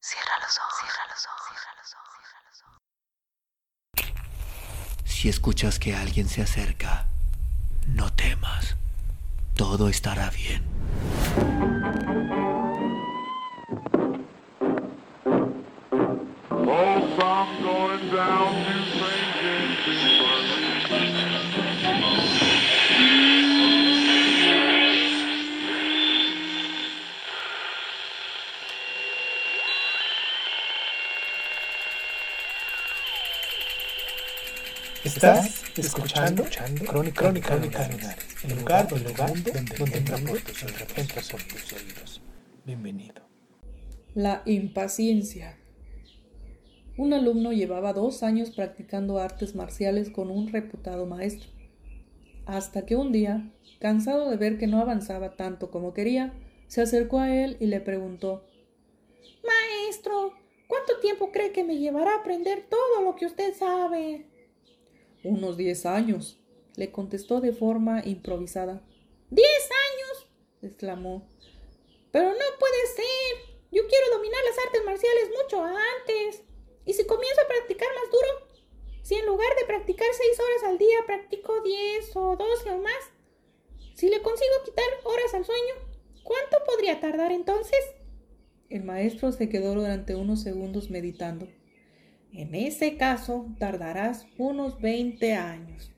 Cierra los ojos. Cierra los ojos. Cierra los ojos. Cierra los ojos. Si escuchas que alguien se acerca, no temas. Todo estará bien. Oh, I'm going down to St. James Beach. Estás escuchando, escuchando Crónica, Crónica Lunares, el lugar, el lugar donde, donde entra por tus oídos, entra por tus oídos. Bienvenido. La impaciencia. Un alumno llevaba dos años practicando artes marciales con un reputado maestro, hasta que un día, cansado de ver que no avanzaba tanto como quería, se acercó a él y le preguntó Maestro, ¿cuánto tiempo cree que me llevará a aprender todo lo que usted sabe? Unos diez años, le contestó de forma improvisada. ¡Diez años! exclamó. Pero no puede ser. Yo quiero dominar las artes marciales mucho antes. Y si comienzo a practicar más duro, si en lugar de practicar seis horas al día practico diez o doce o más, si le consigo quitar horas al sueño, ¿cuánto podría tardar entonces? El maestro se quedó durante unos segundos meditando. En ese caso, tardarás unos 20 años,